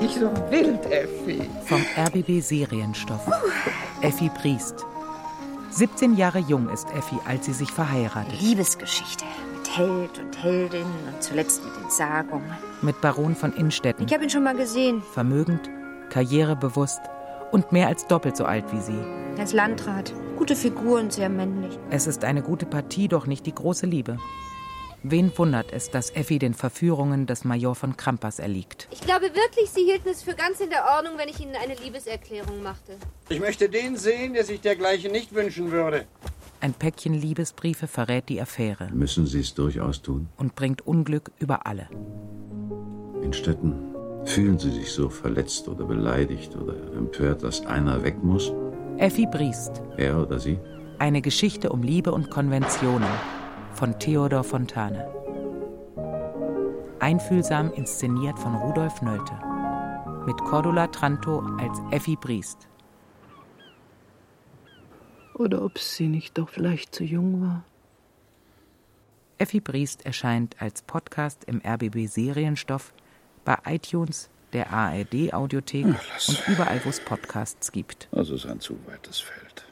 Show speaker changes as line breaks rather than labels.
dich so wild, Effi.
Vom RBB Serienstoff. Effi Briest. 17 Jahre jung ist Effi, als sie sich verheiratet.
Liebesgeschichte. Mit Held und Heldin und zuletzt mit Entsagung.
Mit Baron von Innstetten.
Ich habe ihn schon mal gesehen.
Vermögend, karrierebewusst und mehr als doppelt so alt wie sie.
Er ist Landrat. Gute Figur und sehr männlich.
Es ist eine gute Partie, doch nicht die große Liebe. Wen wundert es, dass Effi den Verführungen des Major von Krampas erliegt?
Ich glaube wirklich, Sie hielten es für ganz in der Ordnung, wenn ich Ihnen eine Liebeserklärung machte.
Ich möchte den sehen, der sich dergleichen nicht wünschen würde.
Ein Päckchen Liebesbriefe verrät die Affäre
Müssen Sie es durchaus tun?
und bringt Unglück über alle.
Innstetten, fühlen Sie sich so verletzt oder beleidigt oder empört, dass einer weg muss?
Effi Briest.
Er oder sie?
Eine Geschichte um Liebe und Konventionen von Theodor Fontane. Einfühlsam inszeniert von Rudolf Nölte. Mit Cordula Tranto als Effi Briest.
Oder ob sie nicht doch vielleicht zu jung war.
Effi Briest erscheint als Podcast im RBB Serienstoff bei iTunes, der ARD Audiothek und überall, wo es Podcasts gibt.
Also ist ein zu weites Feld.